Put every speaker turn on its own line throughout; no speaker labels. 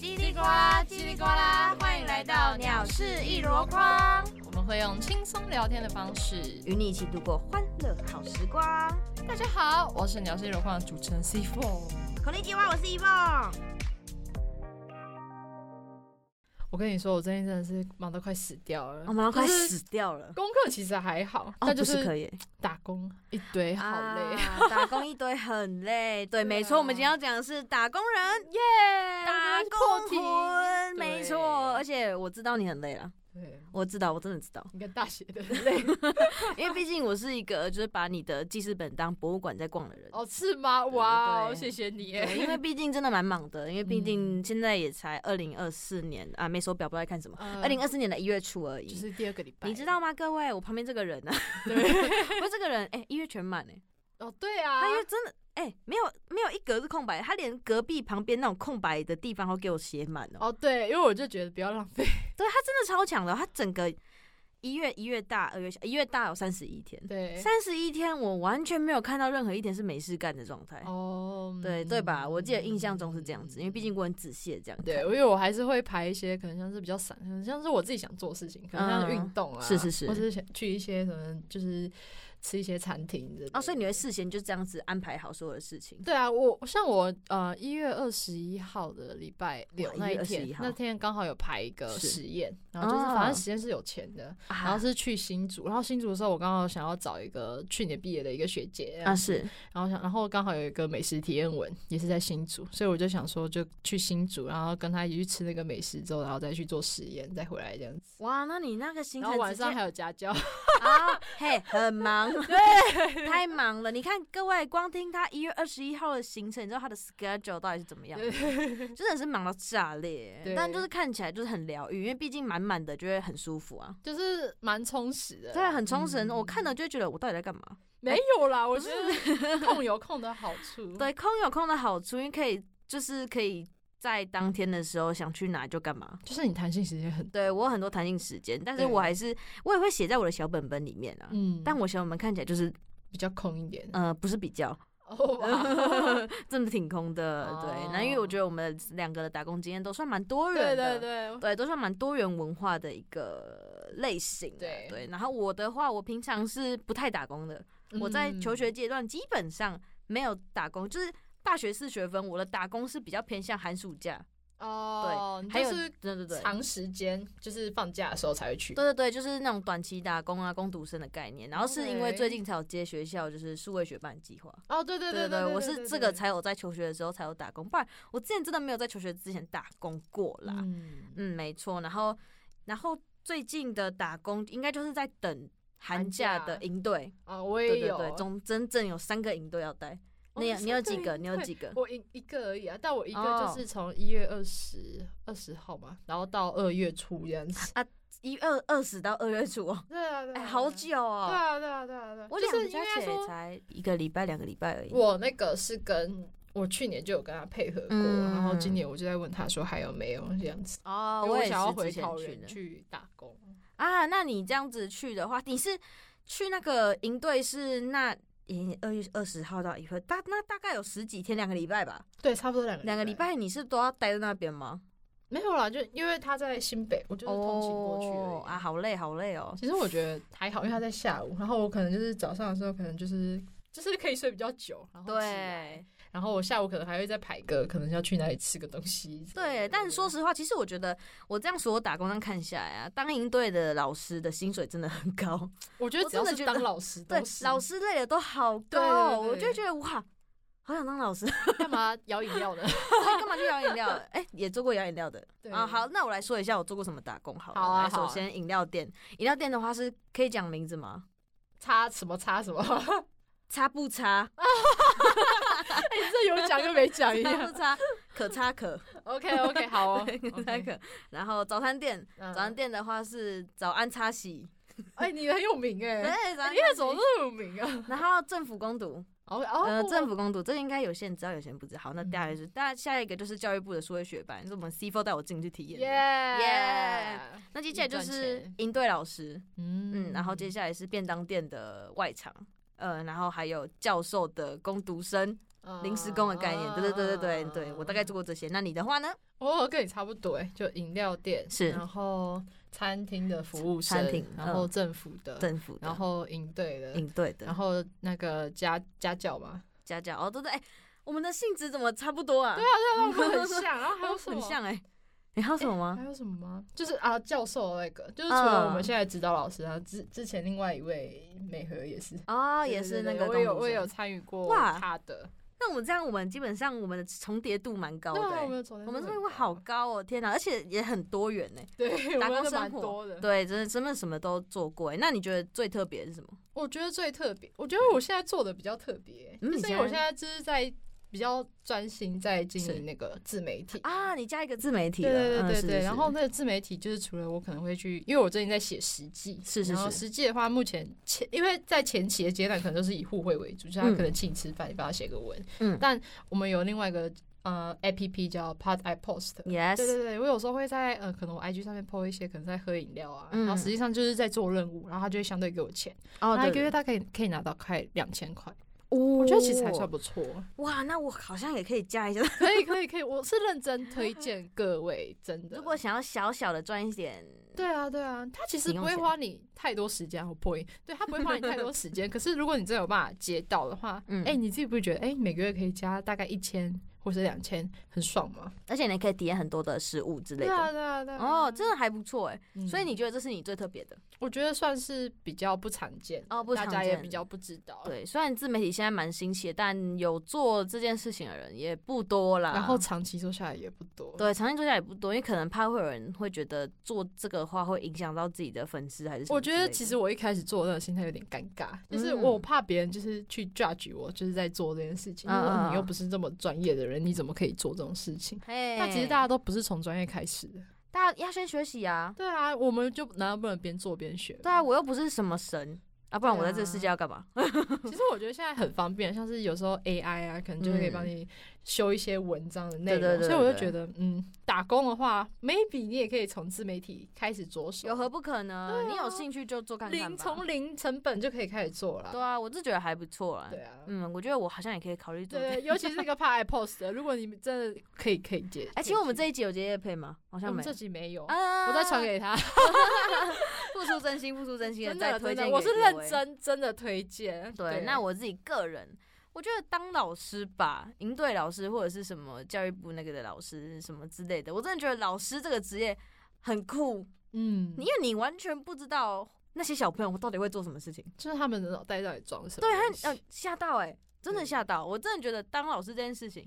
里呱啦，叽里呱啦，欢迎来到鸟事一箩筐。
我们会用轻松聊天的方式。
与你一起度过欢乐好时光。
大家好，我是鸟事一箩筐的主持人 C Four。
口令计划，我是一凤。
我跟你说，我最近真的是忙得快死掉了，
我们要哦快
就是
死掉了。
功课其实还好，
哦，
但就
不是可
是
以，
打工一堆，好累。
啊打工一堆很累。对，
对啊
没错，我们今天要讲的是打工人，耶、
打
工
工题
魂，
对
没错。而且我知道你很累了，
对，
我知道，我真的知道，
你跟大学的 累
因为毕竟我是一个就是把你的记事本当博物馆在逛的人。
哦，是吗？哇哦，
对
谢谢
对，
你 耶。
因为毕竟真的蛮忙的，因为毕
嗯
竟现在也才二零二四年啊，没手表不知道在看什么，
二
二零二四年的一月初而
嗯呃就
已。
是第二个礼拜，
你知道吗，各位？我旁边这个人呢、啊，
对？
我这个人，哎、一月全满哎、
哦，对啊
他，因为真的，哎、没有没有一格是空白，他连隔壁旁边那种空白的地方都给我写满哦。
哦对，因为我就觉得不要浪费。
对他真的超强的，他整个一月一月大，二月小，一月大有三十一天，
对，
三十一天我完全没有看到任何一天是没事干的状态。
哦，
对
嗯
对吧？我记得印象中是这样子，因为毕竟我很仔细的这样看。
对，因为我还是会排一些可能像是比较散，可能像是我自己想做的事情，可能像是
嗯
运动啊，
是是是
或者是想去一些什么，就是吃一些餐厅之类的
哦，所以你会事先就这样子安排好所有的事情。
对啊，我像我呃一月二十一号的礼拜六
哇
那一
1月
天
21，号
那天刚好有排一个
是
实验，然后就是反
哦啊
正实验是有钱的，然
然
后是去新竹，然后新竹的时候我刚好想要找一个去年毕业的一个学姐，
啊是
然后想，然后刚好有一个美食体验文，也是在新竹，所以我就想说，就去新竹，然后跟他一起去吃那个美食，之后然后再去做实验，再回来这样子。
哇，那你那个行
然
程
后晚
直接
上还有家 教，
啊，嘿，很忙，对，太忙了。你看各位，光听他一月二十一号的行程，你知道他的 schedule 到底是怎么样的，真的是忙到炸裂。
对
但就是看起来就是很疗愈，因为毕竟满满的就会很舒服啊。
就是蛮充实的。
对啊，很充实。
嗯
我看了就会觉得我到底在干嘛？
没有啦，我觉得控有控的好 处。
对，空有空的好处，因为可以就是可以在当天的时候想去哪就干嘛。
就是你弹性时间很
对我有很多弹性时间，但是
对
我还是我也会写在我的小本本里面啊。
嗯，
但我小本本看起来就是
比较空一点。
呃，不是比较，
哦 哇
真的挺空的。对，那因为我觉得我们两个的打工经验都算蛮多
对
元的，
对对，
对都算蛮多元文化的一个类型啊。
对
对，然后我的话，我平常是不太打工的，我在
嗯
求学阶段基本上没有打工，就是。大学四学分，我的打工是比较偏向寒暑假，
嗯哦，
还有
就是
对对对，
长时间，就是放假的时候才会去。
对对对，就是那种短期打工啊、工读生的概念。然后是因为
OK
最近才有接学校，就是数位学办计划。
哦，对对
对
对，
我是这个
对
才有在求学的时候才有打工，不然我之前真的没有在求学之前打工过啦。嗯
嗯，
没错。然后，然后最近的打工应该就是在等寒
寒
假
假
的营队，
啊，我也
对对
有
对，总真正有三个营队要带。
哦
你有
三
你有
个
几个？
营
你有
队
几个？
我一一个而已啊，但我一个
哦
就是从一月二十二十号嘛，然后到二月初这样 子。
一二二十到二月初哦，
对啊，对
哎，
啊
好
对
久
啊对
哦。
啊，对啊，对啊，对啊，
我
就是
两
应
加起来
该
也
说，
才一个礼拜、两个礼拜而已。
我那个是跟我去年就有跟他配合过，
嗯
然后今年我就在问他说还有没有这样子。
哦，
因为
我
我
也
想要
是之
回
前
桃
去
园
的
去打工，
啊。那你这样子去的话，你是去那个营队是那？诶，二月二十号到一月，大那大概有十几天，两个礼拜吧。
对，差不多两个
两个礼拜你是都要待在那边吗？
没有啦，就因为他在新北，我就是通勤过去而已
哦啊，好累，好累哦。
其实我觉得还好，因为他在下
嗯
午，然后我可能就是早上的时候，可能就是就是可以睡比较久，然后起来
对
然后我下午可能还会再排个，可能要去哪里吃个东西。
对，但是说实话，其实我觉得我这样所有打工上看下来啊，当营队的老师的薪水真的很高，
我觉得只要
我真的
是
觉得
当老师，
对
都，是
老师类的都好高哦，
对对对
我就会觉得哇，好想当老 师，
干嘛摇饮 料呢？
干嘛去摇饮料？哎、也做过摇饮料的，
对
啊，好，，那我来说一下我做过什么打工好了。
好啊
来
好
首
啊
先饮料店，饮料店的话是可以讲名字吗？
擦什么擦什么，
擦不擦？
这有讲跟没讲 一
擦
样
不。擦？可擦可，
OK OK，好哦
对，可擦
OK，
可。然后早餐店，
嗯
早餐店的话是早安擦洗，
哎，你很有名
对，
哎，
早安
你为什么
擦洗。
那么有名啊？
然后政府工读，
哦
呃，
哦，
政府工读，这应该有些人知道，有些人不知道。好，那
嗯
大概是，大下一个就是教育部的数位学班，是我们 C Four 带我进去体
耶
验的。
耶，
那接下来就
赚
是
钱
营队老师，
嗯
嗯，然后接下来是便当店的外场，呃，然后还有教授的攻读生，临时工的概念。对对对对对
啊
对，我大概做过这些。那你的话呢？
我跟你差不多哎、就饮料店
是
然后餐厅的服务生，
餐厅
然后
嗯
政府的，
政府的
然后营队的，
应对的
然后那个家家教嘛，
家教哦，对对，哎，我们的性质怎么差不多啊？对
对啊，我们很 像，然后还有什么？哎
很像啊哎，你还有什么吗？
还有什么吗？就是啊，教授那个，就是除了我们
嗯
现在指导老师，然后之之前另外一位美和也是，
哦，
对
也
对
是那
对
个
我有
公主
我有
生。
参与过
哇
他的，
那我们这样，我们基本上我们的重叠度蛮高
对
的
啊，我
欸。
们昨天
我们这边会好，高哦，天哪！而且也很多元呢。
对，
打
我
工生
们
活
的蛮多的。
对，真的真的什么都做过欸。那你觉得最特别的是什么？
我觉得最特别，我觉得我现在做的比较特别，
嗯
就是
你
因为我
现
现
在
在就是在比较专心在经
是
营那个自媒体。
啊，你加一个自媒体
对
了，
对对
嗯
对
是
对，
是
然
是
后那个自媒体就是除了我可能会去，因为我最近在写实际，
是是
然后
是
实际的话，目前前因为在前期的阶段可能都是以互惠为主，就是他
嗯
可能请你吃饭，你帮他写个文，
嗯
但我们有另外一个呃 A P P 叫 Pod I Post，
yes，
对对对，我有时候会在呃，可能我 IG 上面 po 一些，可能在喝饮料啊，
嗯
然后实际上就是在做任务，然后他就会相对给我钱，
哦，
那
对
一个
对
月大概可以拿到快两千块，
我
我觉得其实还算不错。
哇，那我好像也可以加一下。
可以可以可以，我是认真推荐各位，真的。
如果想要小小的赚一点，
对啊对啊，他其实
零
不
用钱
会花你太多时间，我不会，对他不会花你太多时间。可是如果你真的有办法接到的话，哎、
嗯
你自己不会觉得哎、每个月可以加大概一千或是两千，很爽吗？
而且你可以体验很多的食物之类
对啊
的。
对啊对啊。
哦，真的还不错哎，
嗯
所以你觉得这是你最特别的？
我觉得算是比较不常见
哦不
大
常
家也
见
比较不知道。，
对，虽然自媒体现在蛮新奇的，但有做这件事情的人也不多啦。
然后长期做下来也不多。
对，长期做下来也不多，因为可能怕会有人会觉得做这个的话会影响到自己的粉丝还是什么
我
之类
觉
的。嗯
得其实我一开始做的那个心态有点尴尬，就是我怕别人就是去 judge 我，就是在做这件事情。
嗯
因为
嗯
你又
嗯
不是这么专业的人，你怎么可以做这种事情？
嘿，
但其实大家都不是从专业开始的。
大家要先学习啊。
对啊，我们就难道不能边做边学？
对啊，我又不是什么神啊，不然我在这个世界要干嘛？
其实我觉得现在很方便，像是有时候 AI 啊，可能就可以帮
嗯
你修一些文章的内
对对
容。
对
所以我就
对
觉得，嗯，打工的话，maybe 你也可以从自媒体开始着手，
有何不可呢？
对
你
啊
有兴趣就做看看吧。
零从零成本就可以开始做了。
对啊，我是觉得还不错啦。
对啊，
嗯，我觉得我好像也可以考虑做这个。
对，尤其是那个怕 i post 的，如果你们真的可以可以接，
哎，
可以
其实我们
接
这一集有接叶配吗？好
我
像没
们。这集没有，
啊
我再传给他，
付出真心，付出 真心的
真
再
的
推荐
真的，
给
我是
各
认
位。
真真的推荐。
对，那我自己个人，我觉得当老师吧，营队老师或者是什么教育部那个的老师什么之类的，我真的觉得老师这个职业很酷，
嗯，
因为你完全不知道那些小朋友到底会做什么事情。
就是他们的脑袋到底装什么
对，
东西？
他呃吓到哎、真的
对
吓到！我真的觉得当老师这件事情，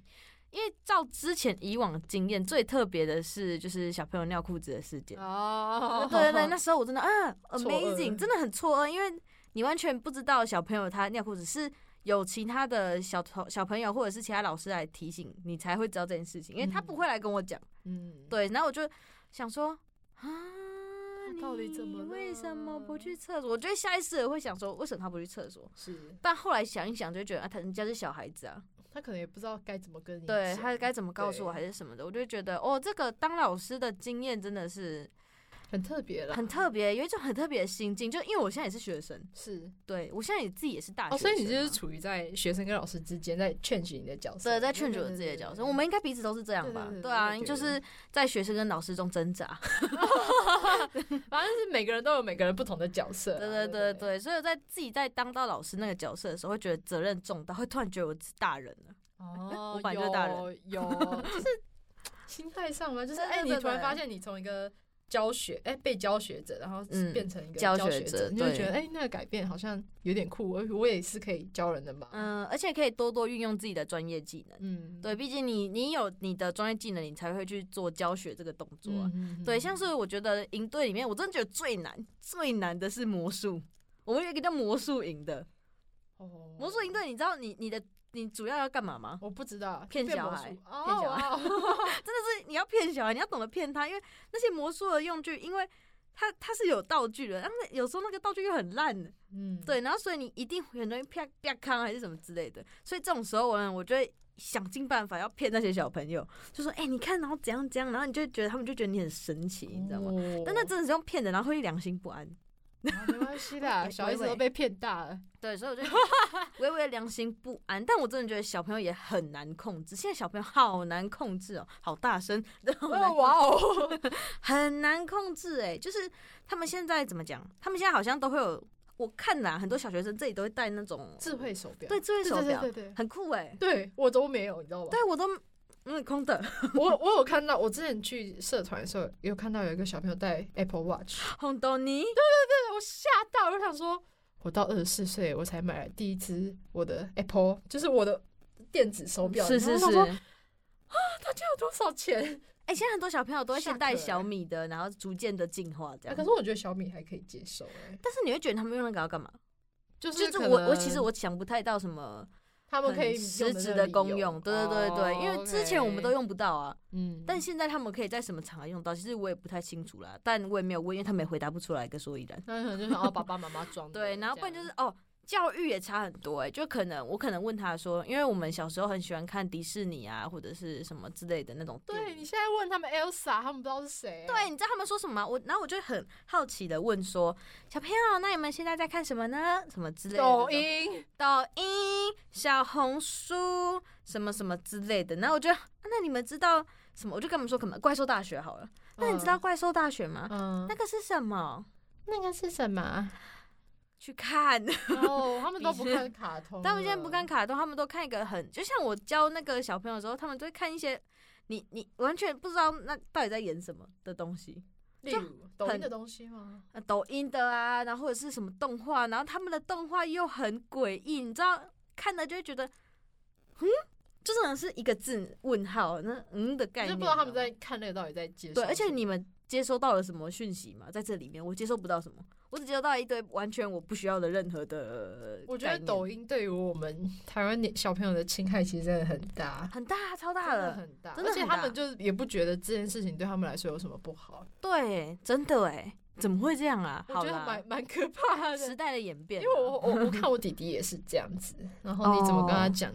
因为照之前以往经验，最特别的是就是小朋友尿裤子的事件。
哦，
对对对，那时候我真的啊
错愕
，amazing，真的很错愕，因为你完全不知道小朋友他尿裤子是有其他的小同小朋友或者是其他老师来提醒你才会知道这件事情，因为他
嗯
不会来跟我讲。
嗯，
对，然后我就想说啊，
他到底怎么
你为什么不
了
去厕所？我觉得下意识地会想说，为什么他不去厕所？
是
但后来想一想，就觉得啊，他人家是小孩子啊，
他可能也不知道该怎么跟你
对
讲
他该怎么告诉我
对
还是什么的，我就觉得哦，这个当老师的经验真的是
很特别了，
很特别，有一种很特别的心境。就因为我现在也是学生，
是
对我现在也自己也是大学
哦，
生啊
所
嘛、
以你就是处于在学生跟老师之间在劝取你的角色，
对，在
对
劝阻
对
我
对
自己的
对
角
对
色，我们应该彼此都是这样吧？
对对对
对啊，
我也觉
就
得
是在学生跟老师中挣扎。
反正是每个人都有每个人不同的角色啊，
对对对对，所以我在自己在当到老师那个角色的时候，会觉得责任重大，会突然觉得我是大人了。
哦
我本来就是大人
有有就是心态上嘛，就是
对对
哎、你
对
突然
对
发现你从一个教学哎、被教学者，然后
嗯
变成一个
教
学
学者
你就会
对
觉得哎、那个改变好像有点酷，我我也是可以教人的嘛，
嗯，而且可以多多运用自己的专业技能。
嗯，
对，毕竟你你有你的专业技能，你才会去做教学这个动作、啊。
嗯，嗯
对，像是我觉得营队里面，我真的觉得最难最难的是魔术。我们有一个叫魔术营的，
哦
魔术营队，你知道你你的你主要要干嘛吗？
我不知道
骗
变
小
魔
孩
术
骗小
哦哇哦
就是你要骗小孩，你要懂得骗他，因为那些魔术的用具，因为它它是有道具的，但是有时候那个道具又很烂，
嗯，
对，然后所以你一定很容易啪啪康还是什么之类的，所以这种时候呢，我就会想尽办法要骗那些小朋友，就说哎、你看，然后怎样怎样，然后你就觉得他们就觉得你很神奇，你知道吗？
哦
但那真的是用骗的，然后会良心不安。
啊没关系啦，
微
小孩子
微
都被骗大了。
对， 所以我就微微良心不安，但我真的觉得小朋友也很难控制，现在小朋友好难控制哦，好大声，好难
哦哇哦，
很难控制哎、就是他们现在怎么讲？他们现在好像都会有，我看啦，很多小学生自己都会戴那种
智慧手表，
对智慧
对
手
对
表，
对对
很酷哎、
对，我都没有，你知道吗？
对我都嗯空的，
我我有看到，我之前去社团的时候有看到有一个小朋友戴 Apple Watch，
红豆泥
我吓到，我想说，我到二十四岁我才买了第一只我的 Apple，就是我的电子手表，
是是
然后
是
我，想说这要多少钱？
哎、现在很多小朋友都会
下
先戴
课
小
欸
米的，然后逐渐的进化这
啊
样。
可是我觉得小米还可以接受、哎，
但是你会觉得他们用那个要干嘛？
就是
就是
可
我我
能
其实我想不太到什么
他们可
很
以用
实
那
质
个
的
理
功
由
用，对对对对，因为之前我们都，
哦，OK
用不到啊，
嗯，
但现在他们可以在什么场合用到，其实我也不太清楚啦，但我也没有问，因为他们也回答不出来个所以然。
那可能就是哦，爸爸妈妈装 的，
对，然后不然
这
就
样
是哦，教育也差很多哎、就可能我可能问他说，因为我们小时候很喜欢看迪士尼啊，或者是什么之类的那种电
对
影
你现在问他们 Elsa，他们不知道是谁、啊
对，你知道他们说什么吗？我然后我就很好奇的问说，小朋友，那你们现在在看什么呢？什么之类的这种？
抖音，
抖音、小红书什么什么之类的。然后我就，啊那你们知道什么？我就跟他们说，可能怪兽大学好了。 那你知道怪兽大学吗？
嗯，
那个是什么？
那个是什
啊
么？
去看。
哦，他们都不
鄙视
看卡通了，
他们现在不看卡通，他们都看一个很，就像我教那个小朋友的时候，他们都会看一些你你完全不知道那到底在演什么的东西。
例
就
如抖音
很
的东西吗？
呃抖音的啊，然后或者是什么动画，然后他们的动画又很诡异，你知道看了就会觉得，嗯，就真的是一个字问号，那嗯的概
就是
念，
不知道他们在看那个到底在接受什
对，
么。
而且你们接收到了什么讯息吗？在这里面我接收不到什么，我只接收到一堆完全我不需要的任何的，
我觉得抖
音
音对于我们台湾年小朋友的侵害其实真的很大，
很大，超大
真的
了，
很大，
真的
而且
很
他
大
们就是也不觉得这件事情对他们来说有什么不好，
对，真的哎，怎么会这样啊？
我
好
觉得
啦
蛮，蛮可怕的。
时代的演变
因
啊，
为我我我看我弟弟也是这样子，然后你怎么跟他
哦
讲，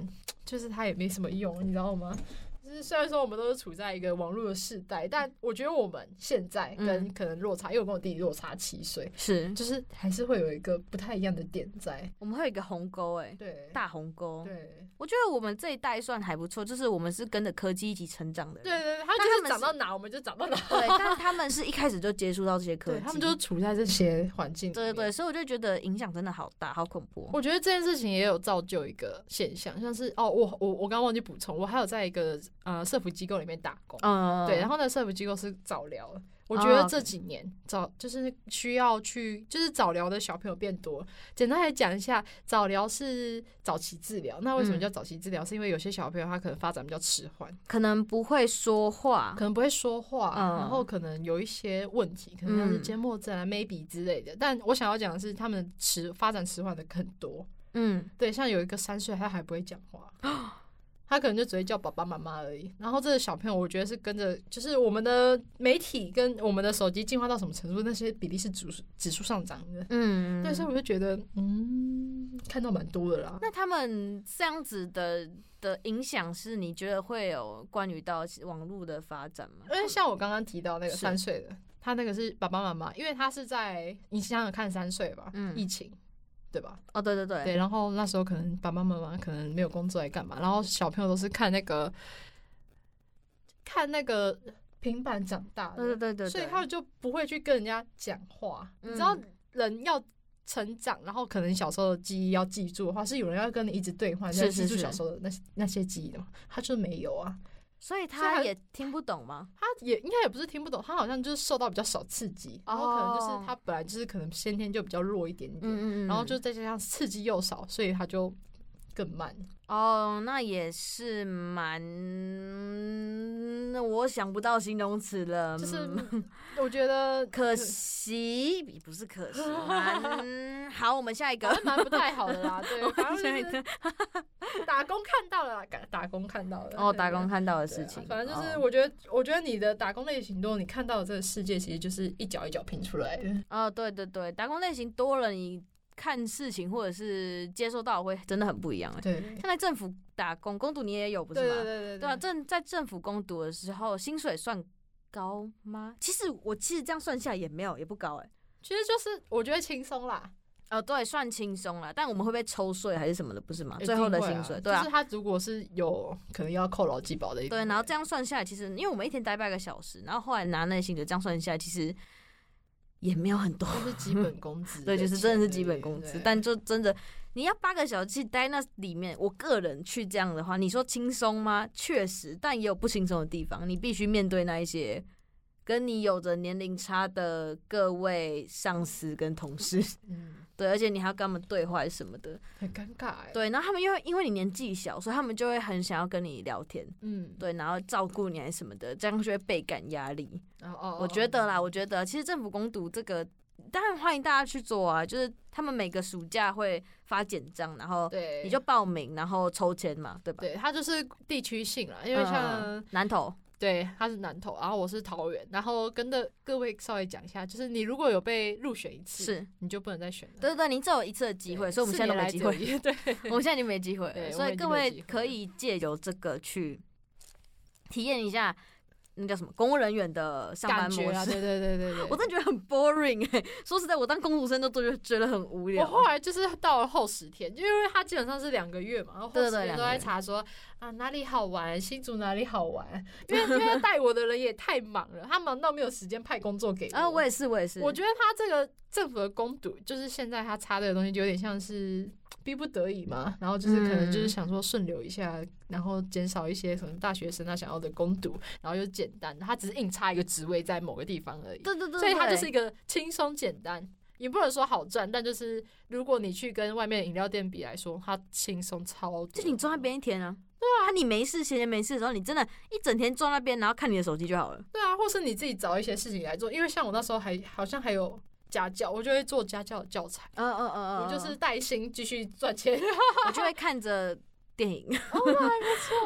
就是他也没什么用，你知道吗？就是虽然说我们都是处在一个网络的时代，但我觉得我们现在跟
嗯
可能落差，因为我跟我弟弟落差七岁，
是
就是还是会有一个不太一样的点在。
我们会有一个鸿沟哎，
对，
大鸿沟，
对
我觉得我们这一代算还不错，就是我们是跟着科技一起成长的人。
对对对，他
但
就
他
是
们
长
是
到哪我们就长到哪，
对，但他们是一开始就接触到这些科技，
他们就是处在这些环境。
对对对，，所以我就觉得影响真的好大，好恐怖。哦
我觉得这件事情也有造就一个现象，像是哦，我我我刚忘记补充，我还有在一个呃社服机构里面打工。
嗯，
对，然
后
后呢，社服机构是早疗了。我
哦
觉得
，OK
这几年早就是需要去，就是早疗的小朋友变多了。简单来讲一下，早疗是早期治疗。那为什么
嗯
叫早期治疗？是因为有些小朋友他可能发展比较迟缓，
可能不会说话
可，能不会说话，
嗯
然后可能有一些问题，可能像是
嗯
缄默症啊、maybe 之类的。但我想要讲的是，他们迟发展迟缓的很多。
嗯，
对，像有一个三岁，他还不会讲话，他可能就只会叫爸爸妈妈而已。然后这个小朋友，我觉得是跟着，就是我们的媒体跟我们的手机进化到什么程度，那些比例是指数指数上涨的。
嗯，
对，所以我就觉得，嗯，看到蛮多的啦。
那他们这样子的的影响是，你觉得会有关于到网络的发展吗？
因为像我刚刚提到那个
是
三岁的，他那个是爸爸妈妈，因为他是在你想想看，三岁吧，
嗯
疫情。对吧？
哦，对对对，
对，然后那时候可能爸爸妈妈可能没有工作来干嘛，然后小朋友都是看那个看那个平板长大的，
对对嗯对对，
所以
对
他们就不会去跟人家讲话。你知道
嗯
人要成长，然后可能小时候的记忆要记住的话，是有人要跟你一直对话，你才
是是
记住
是
小时候的那些那些记忆的嘛。他就没有啊，
所以
所以他
他也听不懂吗？
他也应该也不是听不懂，他好像就是受到比较少刺激，然后可能就
哦
是他本来就是可能先天就比较弱一点点，
嗯嗯嗯，
然后就再加上刺激又少，所以他就更慢。
哦，那也是蛮，我想不到形容词了，
就是
嗯
我觉得
可惜，也不是可 惜，蛮好，我们下一
搞
个
得，蛮不太好的
啊
啦。对，反
下
正
一
就
个
是，打工看到了啦，打打工看到了。
哦，
对
打工。看到的
对
事
啊
情，
反正就是，
哦
我觉得，我觉得你的打工类型多，你看到的这个世界其实就是一脚一脚拼出来的。
哦，对对对，打工类型多了，你看事情或者是接收到会真的很不一样哎。
对，
看来政府打工，工读你也有不
对
是吗？
对对
对啊，政在政府攻读的时候，薪水算高吗？其实我其实这样算下来也没有，也不高哎、
其实就是我觉得轻松啦，
哦，对，算轻松了，但我们会被抽税还是什么的，不是吗？
一定
最后的
会啊
薪水，对啊
就是，他如果是有可能要扣劳基保的，
对，然后这样算下来，其实因为我们一天待半个小时，然后后来拿那个薪水，这样算下来，其实也没有很多，
就是基本工资的钱而
对，
已，
就是真的是基本工资
对，
但就真的你要八个小时去待那里面，我个人去这样的话，你说轻松吗？确实，但也有不轻松的地方，你必须面对那一些跟你有着年龄差的各位上司跟同事，
嗯，
对，而且你还要跟他们对话什么的，
很尴尬哎，，
对，然后他们因为因为你年纪小，所以他们就会很想要跟你聊天。
嗯，
对，然后照顾你还是什么的，这样就会倍感压力。
然后哦，
我觉得啦，我觉得其实政府攻读这个，当然欢迎大家去做啊，就是他们每个暑假会发简章，然后
对，
你就报名，然后抽签嘛，对吧？
对，它就是地区性啦，因为像、
嗯南投，
对他是南投，然后我是桃园，然后跟的各位稍微讲一下，就是你如果有被入选一次，
是
你就不能再选了。
对对对，你只有一次的机会，所以我们现在都没机会，
会。对，
我们现在已经没机会
对
了，
我
所
们
以
已
各
经没
位
机会
可以借由这个去体验一下那叫什么公务人员的上班
感觉
模
啊，
式。
对对对对 对。
我真的觉得很 boring 哎、 说实在，我当工读生都觉得觉得很无
我
聊。
后来就是到了后十天，因为他基本上是两个月嘛，然后后
对对
十
对两
天都
个
在
月
查说啊哪里好玩，新竹哪里好玩， 因为因为带我的人也太忙了，他忙到没有时间派工作给
啊，我也是，我也是，
我觉得他这个政府的攻读，就是现在他插这个东西，就有点像是逼不得已嘛。然后就是可能
嗯
就是想说顺流一下，然后减少一些可能大学生他啊想要的攻读，然后又简单，他只是硬插一个职位在某个地方而已。
对对对，
所以它
对
就是一个轻松简单，也不能说好赚，但就是如果你去跟外面饮料店比来说，它轻松超多。
就你坐那边一天啊，对啊，你没事，闲着没事的时候，你真的一整天坐那边，然后看你的手机就好了。
对啊，或是你自己找一些事情来做，因为像我那时候还好像还有家教，我就会做家教的教材。
嗯嗯嗯
我就是带薪继续赚钱，
我就会看着电 影，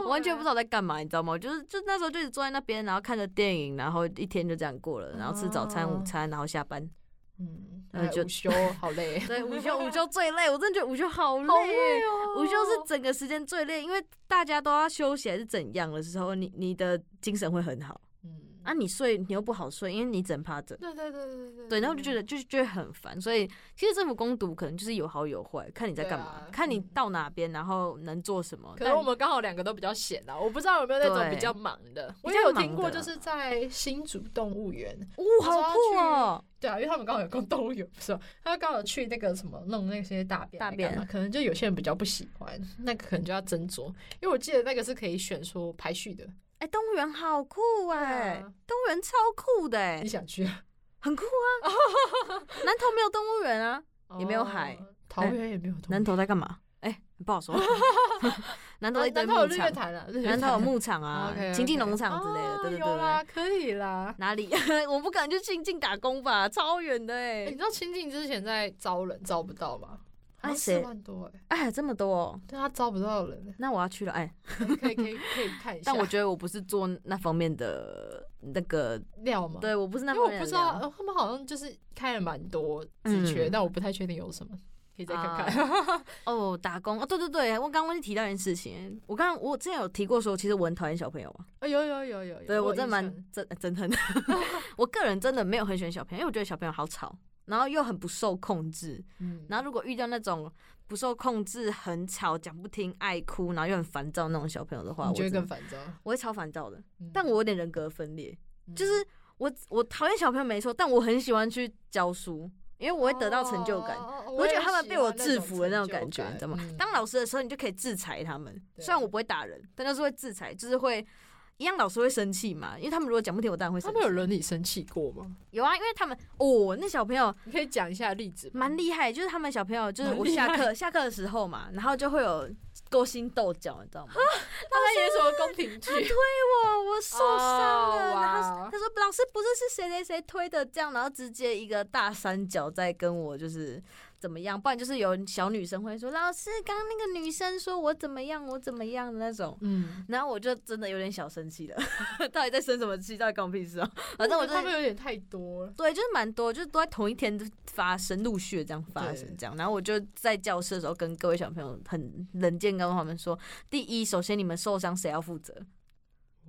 我完全不知道在干嘛，你知道吗？我就是就那时候就一直坐在那边，然后看着电影，然后一天就这样过了，然后吃早餐、
哦
午餐，然后下班。
嗯，
然后
哎
就
午 休好累，
对，午休午 休最累，我真的觉得午休好
好累
累。
哦
午休是整个时间最累，因为大家都要休息还是怎样的时候，你你的精神会很好。
嗯
啊，你睡你又不好睡，因为你只能趴着。
对对对对对
对，然后就觉
嗯
得就是觉得很烦，所以其实政府攻读可能就是有好有坏，看你在干嘛，
对啊
看你
嗯
到哪边，然后能做什么。
可
但
能我们刚好两个都比较闲啊，我不知道有没有那种
对
比较忙的，我
比
也
较
有
忙
听过，
的
就是在新竹动物园，
哦，
我说
好
要
酷
去
哦！
对啊，因为他们刚好有空动物园，不是哦，他们刚好去那个什么弄那些大便
大
来干嘛
便
可能就有些人比较不喜欢，那个可能就要斟酌，因为我记得那个是可以选说排序的，
哎、动物园好酷哎、
啊
动物园超酷的哎、
你想去啊
很酷啊！ 南投没有动物园啊，也没有海
哦，桃园也没有动物
南投在干嘛？哎、不好 说。南投一
园，
堆
啊南投有
牧
日月
场，
潭了，
南投有
木
牧场啊
OK，OK，啊
情境农场之类的，对对对
有啦，
对。
可以啦。
哪里？ 我不敢去清境打工吧，超远的哎、
欸你知道清境之前在招人招不到吗？
哎
啊，四
谁
万多哎、
哎、这么多、哦，
对他招不到人，欸
那我要去了哎。
可以可 以可以看一下。
但我觉得我不是做那方面的那个，
料嘛，，
对我不是那
因为
方面的料。
我不知道、呃他们好像就是开了蛮多职缺，
嗯
但我不太确定有什么，可以再看看。
哦，打工哦，对对对，我刚刚忘记提到一件事情，我刚我之前有提过说，其实我很讨厌小朋友嘛，
哦有有有有有，
对我
有
真的
印象
蛮真真的， 我个人真的没有很喜欢小朋友，因为我觉得小朋友好吵，然后又很不受控制，
嗯，
然后如果遇到那种不受控制、很吵、讲不听、爱哭，然后又很烦躁那种小朋友的话，
你
我
觉得
真的
更烦躁？
我会超烦躁的，
嗯
但我有点人格分裂，
嗯
就是我我讨厌小朋友没错，但我很喜欢去教书，因为我会得到成就感。
哦
我觉得
也
他们
喜
被
欢
我制服的那种
成
感
就
觉，你知道吗？
嗯
当老师的时候，你就可以制裁他们。
对
虽然我不会打人，但就是会制裁，就是会一样，老师会生气嘛。因为他们如果讲不听，我当然会生
他
气。
们有伦理生气过吗？
有啊，因为他们哦，那小朋友
你可以讲一下例子吗，
蛮厉害，就是他们小朋友，就是
蛮
我
厉
下课下课的时候嘛，然后就会有勾心斗角，你知道吗？
他在演什么宫廷剧？
我我受伤了，
哦
然后
哇
他说老师不是是谁谁谁推的这样，然后直接一个大三角在跟我就是怎么样，不然就是有小女生会说老师刚刚那个女生说我怎么样我怎么样的那种。
嗯，
然后我就真的有点小生气了，到底在生什么气？到底关我屁事啊！反正我就
他们有点太多了。
对，就是蛮多，就是都在同一天发生，陆续的这样发生
对
这样。然后我就在教室的时候跟各位小朋友很冷静地跟他们说，第一，首先你们受伤谁要负责？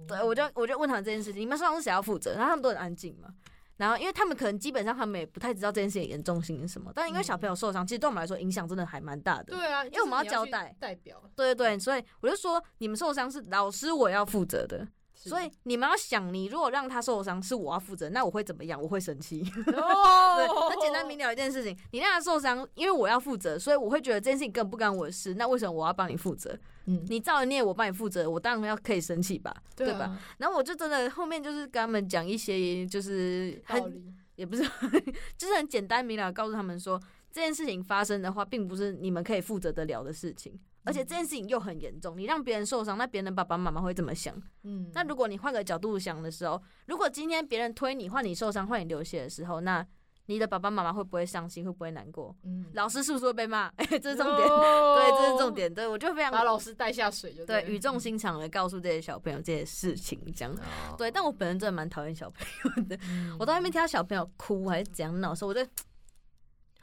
对，我就我就问他们这件事情，你们受伤是谁要负责？然后他们都很安静嘛。然后，因为他们可能基本上他们也不太知道这件事情的严重性是什么，但因为小朋友受伤，其实对我们来说影响真的还蛮大的。
嗯对啊，因
为我们要交代
代表，
对对对，所以我就说你们受伤是老师我要负责的，
是
所以你们要想，你如果让他受伤是我要负责，那我会怎么样？我会生 气。 对，
哦，
很简 单明了一件事情，你让他受伤，因为我要负责，所以我会觉得这件事情根本不干我的事，那为什么我要帮你负责？
嗯，
你造的孽我帮你负责，我当然要可以生气吧，
对
吧？
啊？
然后我就真的后面就是跟他们讲一些，就是
道
很
理，
也不是， 就是很简单明了地告诉他们说，这件事情发生的话，并不是你们可以负责得了的事情。而且
嗯
这件事情又很严重，你让别人受伤，那别人的爸爸妈妈会怎么想？
嗯，
那如果你换个角度想的时候，如果今天别人推你，换你受伤，换你流血的时候，那你的爸爸妈妈会不会伤心？会不会难过？
嗯
老师是不是会被骂？ 哎、这是重点，
对
对，这是重，点，对我就非常
把老师带下水就
对
对，
语重心长的告诉这些小朋友这些事情，这样。
哦
对，但我本人真的蛮讨厌小朋友的。
嗯
我到外面听到小朋友哭还是怎样闹的时候，我就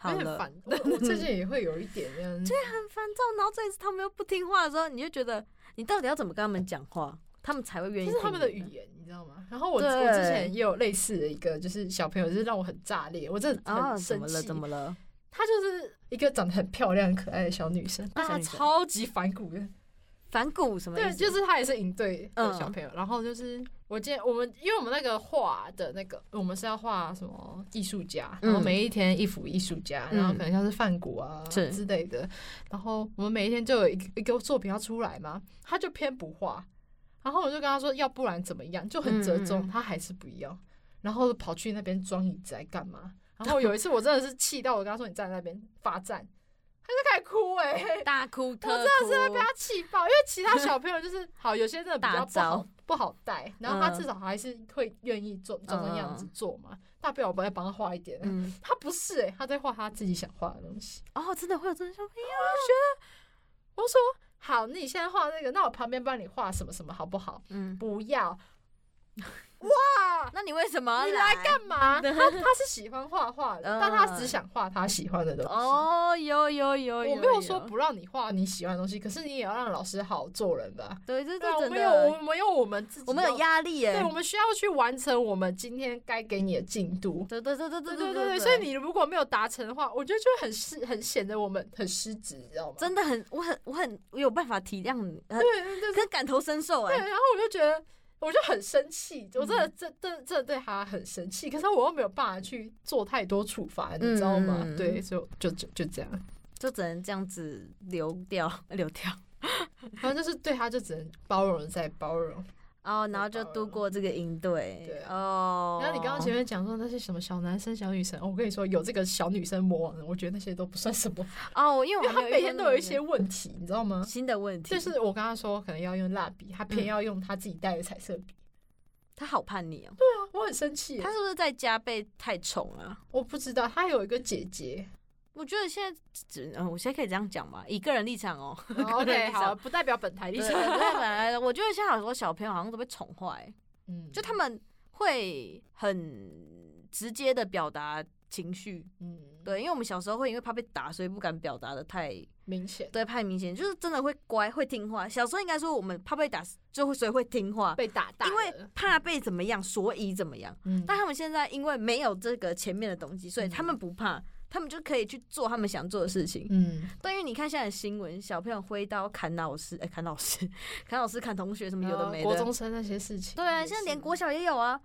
好
有
了，啊
点烦，我我最近也会有一点 这样子，
很烦躁。然后这一次他们又不听话的时候，你就觉得你到底要怎么跟他们讲话，他们才会愿意
就
听
是
你？
他们的语言，你知道吗？然后我我
对
之前也有类似的一个，就是小朋友，就是让我很炸裂，我真的
啊，
很
怎
生
么了？
气。
怎么了？
她就是一个长得很漂亮、可爱的小女生，但
小
她
女生
超级反骨的，
反骨什么意
对，
思？
就是她也是营队的
嗯
小朋友。然后就是我今天我们，因为我们那个画的那个，我们是要画什么艺术家，
嗯
然后每一天一幅艺术家，
嗯
然后可能像是梵谷啊
是
之类的。然后我们每一天就有一个一个作品要出来嘛，她就偏不画。然后我就跟她说，要不然怎么样，就很折
嗯嗯
中，
嗯
她还是不要。然后跑去那边装椅子来干嘛？然 后有一次我真的是气到，我跟她说你站在那边罚站，她就开始哭哎、
大哭特
我
哭，真的是
被他气爆，因为其他小朋友就是好，有些真的比较不
大
好
招
不好带，然后他
嗯
至少还是会愿意做照那样子做嘛。大不了我再帮他画一点，
嗯，
他不是诶、欸他在画他自己想画的东西。
哦，真的会有这种小朋友，
我说好，那你现在画那个，那我旁边帮你画什么什么好不好？
嗯，
不要，
那你为什么
你
要
来干 嘛？他他是喜欢画画的，
嗯
但他只想画他喜欢的东西。
哦，有有有有，
我没有说不让你画你喜欢的东西，可是你也要让老师好做人吧。
对，这
对啊，
这
我
真
们有
的，
我们有我们自己，
我们有压力耶
对，，我们需要去完成我们今天该给你的进度。
对对对对对
对对
对
对对，所以你如果没有达成的话，我觉得就很失很显得我们很失职，你知道吗？
真的很，我很我很我有办法体谅你，呃很
对对 对
跟感同身受
对，
哎，
然后我就觉得。我就很生气，我真的真真真的对他很生气，可是我又没有办法去做太多处罚，你知道吗？
嗯
对，所以我就就就这样，
就只能这样子流掉 流掉，
然后就是对他就只能包容再包容。
哦，然后就度过这个营队
对，
哦，
然后你刚刚前面讲说那些什么小男生、小女生，我跟你说有这个小女生魔王的，我觉得那些都不算什么，
哦，因为我
因 为他
还没
每天都有一
遇
些
到
问题，你知道吗
那种？新的问题，
就是我跟他说可能要用蜡笔，他
嗯
偏要用他自己带的彩色笔，
他好叛逆哦，
我很生气耶。
他是不是在家被太宠啊？
我不知道他有一个姐姐
我觉得现在只，嗯，我现在可以这样讲吧，以个人立场哦。
，OK，好，不代表本台立
对，
场。
对本来我觉得现在好多小朋友好像都被宠坏，
嗯，
就他，们会很直接的表达情绪。
嗯，
对，因为我们小时候会因为怕被打，所以不敢表达的太
明显
对太明显，就是真的会乖会听话。小时候应该说我们怕被打，就会所以会听话，
被打大了，
因为怕被怎么样，所以怎么样。
嗯，
但他们现在因为没有这个前面的东西，所以
嗯
他们不怕，他们就可以去做他们想做的事情。
嗯，
对，因为你看现在的新闻，小朋友挥刀砍老师， 哎、砍老师，砍老师，砍同学，什嗯么有
然
的
后
没
嗯呃国
的。
中生那些事情，
对啊，
也
现在
是
连国小也有啊，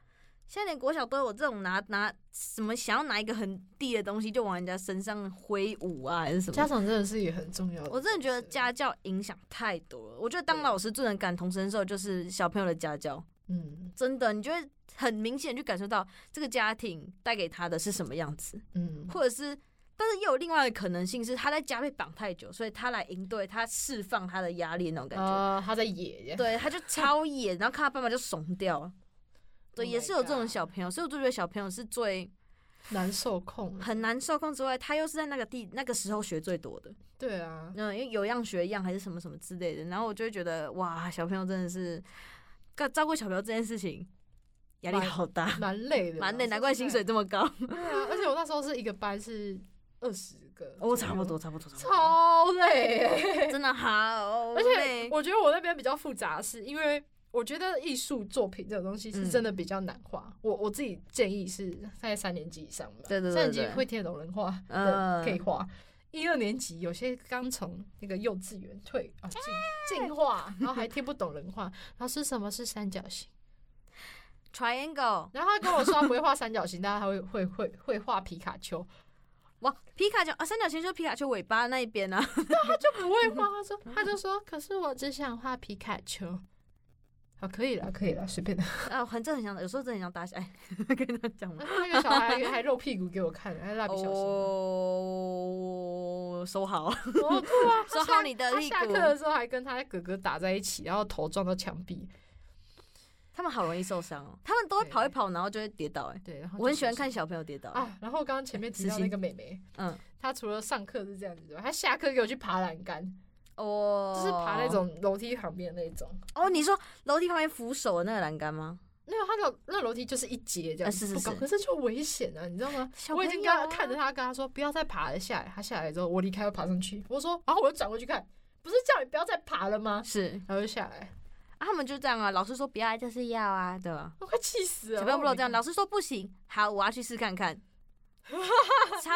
现在连国小都有这种拿拿什么想要拿一个很低的东西就往人家身上挥舞啊，还是什
嗯家
么。
长真的是也很重要的角色。
我真的觉得家教影响太多了。我觉得当
对
老师最能感同身受就是小朋友的家教，
嗯
真的，你就会很明显地去感受到这个家庭带给他的是什么样子。
嗯，
或者是，但是又有另外的可能性是他在家被绑太久，所以他来应对，他释放他的压力那种感觉。
呃，他在野耶，
对，他就超野，然后看他爸爸就怂掉 了。对
Oh
也
my
是有这种
God
小朋友，所以我就觉得小朋友是最
难受控，
很难受控之外，他又是在那个地那个时候学最多的，
对啊，
嗯，因为有样学样还是什么什么之类的。然后我就会觉得，哇，小朋友真的是，干照顾小朋友这件事情压力
蛮
好大，
蛮累的啦，欸
蛮累，
说
难怪
实
薪
在
水这么 高。，
对啊，而且我那时候是一个班是二十个
哦，差
差
不多，差不多，差不多，
超累耶、
真的好
而且
累，
我觉得我那边比较复杂的是，因为我觉得艺术作品这种东西是真的
嗯
比较难画。我我自己建议是在三年级以上吧，
对对对
三年
对
级会听得懂人话
嗯
的可以画。一二年级有些刚从那个幼稚园退啊进进化，然后还听不懂人话。老师什么是三角形？
triangle，
然后他跟我说他不会画三角形，但是他会会会会画皮卡丘。
哇，皮卡丘啊，三角形就是皮卡丘尾巴那一边啊，
不会画，他说他就说，可是我只想画皮卡丘。好，可以了，可以了，随便的。
啊，很正很想，有时候真的很想打起来，哎 跟他讲嘛。
那个小孩还露屁股给我看，还蜡笔小新。
哦，收好，
哦，对啊，
收好你的
他
屁
下课
股。
的时候还跟他哥哥打在一起，然后头撞到墙壁。
他们好容易受伤哦，他们都会跑一跑，然后就会跌倒。哎，
对，哦然后就
我很喜欢看小朋友跌倒。
啊。然后刚刚前面提
实
到
心
那个妹妹，
嗯，
她除了上课是这样子之外，她下课给我去爬栏杆，
哦，
就是爬那种楼梯旁边那种。
哦，你说楼梯旁边扶手的那个栏杆吗？
没有，他的那楼梯就是一节这样
啊
子，
是是
不高
是
可是就危险啊，你知道吗？
小
我已
朋
经
友
跟
啊
他看着他，跟他说不要再爬了下来。他下来之后，我离开，我爬上去，我说，然后我又转过去看，不是叫你不要再爬了吗？
是
然后就下来，
啊，他们就这样啊，老师说不要就是要啊，对吧？
我快气死了。
小朋友不
然
都
后我
这样，
离开
老师说不行，好，我要去试看 看。超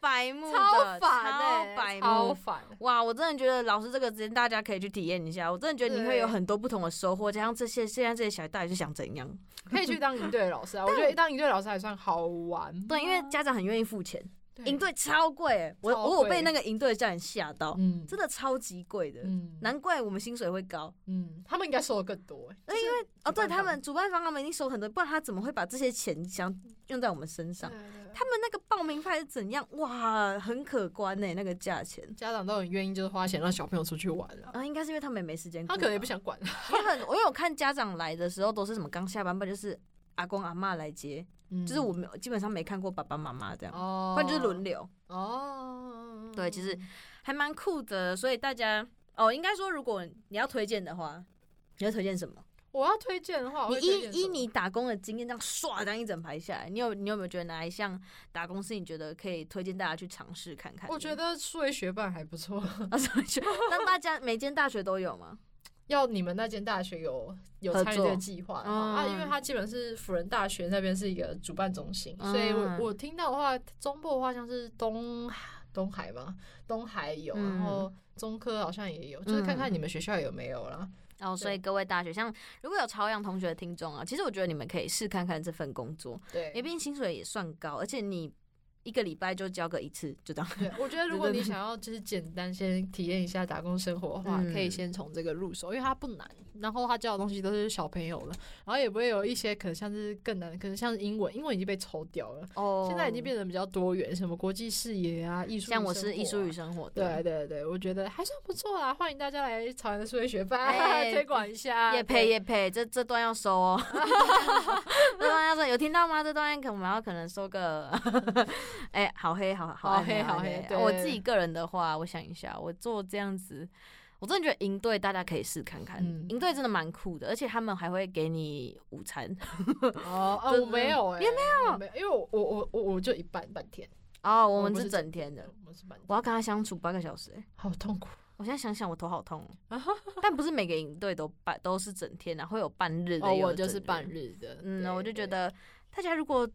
白目
超
的，
烦欸
，Oh 超白
超
目。
烦。
哇，我真的觉得老师这个时间大家可以去体验一下，我真的觉得你会有
对
很多不同的收获。加上这些现在这些小孩到底是想怎样？
可以去当营队的老师 啊，我觉得当营队的老师还算好玩。啊
对，因为家长很愿意付钱，
对
营，队超贵欸，我
嗯超贵
我有被那个营队的教练吓到，
嗯
真的超级贵的，
嗯
难怪我们薪水会高。
嗯，他们应该收的更多欸，
那因为哦，对
主办方
他们主办方他们已经收很多，不然他怎么会把这些钱想用在我们身上？
他
他们那个报名费是怎样？哇，很可观呢、那个价钱
家长都很愿意就是花钱让小朋友出去玩啊，
啊，应该是因为他们也没时间顾吧。
他可能也不想管。啊
因为很，我有看家长来的时候都是什么刚下班，不然就是阿公阿妈来接，
嗯
就是我没有基本上没看过爸爸妈妈这样，
哦
不然就是轮流，
哦，
对其实还蛮酷的。所以大家哦，应该说如果你要推荐的话，你要推荐什么？
我要推荐的话，我
你
会推
依
荐什
依
么
你打工的经验，这样唰，这样一整排下来，你有你有没有觉得哪一项打工是你觉得可以推荐大家去尝试看看的？
我觉得数位学办还不错，
啊，所以 就让大家每间大学都有吗？
要你们那间大学有有
合
参与这
作
个计划的话
嗯
啊，因为它基本是辅仁大学那边是一个主办中心，所以我
嗯
我听到的话，中部的话像是东东海嘛，东海有，
嗯
然后中科好像也有，就是看看你们学校有没有啦。
然哦后，所以
对
各位大学像如果有朝阳同学的听众啊，其实我觉得你们可以试看看这份工作，因为
对，
毕竟薪水也算高，而且你一个礼拜就交个一次，就这样。
对，我觉得如果
对对
你
对
想要就是简单先体验一下打工生活的话，
嗯
可以先从这个入手，因为它不难，然后它教的东西都是小朋友了，然后也不会有一些可能像是更难，可能像是英文，英文已经被抽掉了。
哦
现在已经变得比较多元，什么国际视野啊，艺术、
像我是艺术与。生活啊的，
对对对，我觉得还算不错啦，欢迎大家来朝阳的数学学班、
哎
推广一下。
叶配叶配，这这段要收 哦，这段要收，有听到吗？这段可我们要可能收个， 哎、好黑，好好
好
暗
黑
好
好
暗
黑
暗
对
我自己个人的话，我想一下，我做这样子，我真的觉得营队大家可以试看看，
嗯
营队真的蛮酷的，而且他们还会给你午 餐
哦哦，
对
我没有哎、
也
没有，没有，因为我我我我我就一半半天，
哦，我
我
们
不
是
是
整天的，
我是半天，
我要跟他相处八个小时、哎
好痛苦。
我现在想想我头好痛哦， 但不是每个营队都半都是整天啊，会有半日的，
哦，
也有
我就是
整
半日的，
嗯，
对
我就觉
对
得大家如果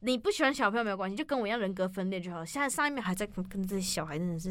你不喜欢小朋友没有关系，就跟我一样人格分裂就好了。现在上一秒还在跟跟这些小孩真的是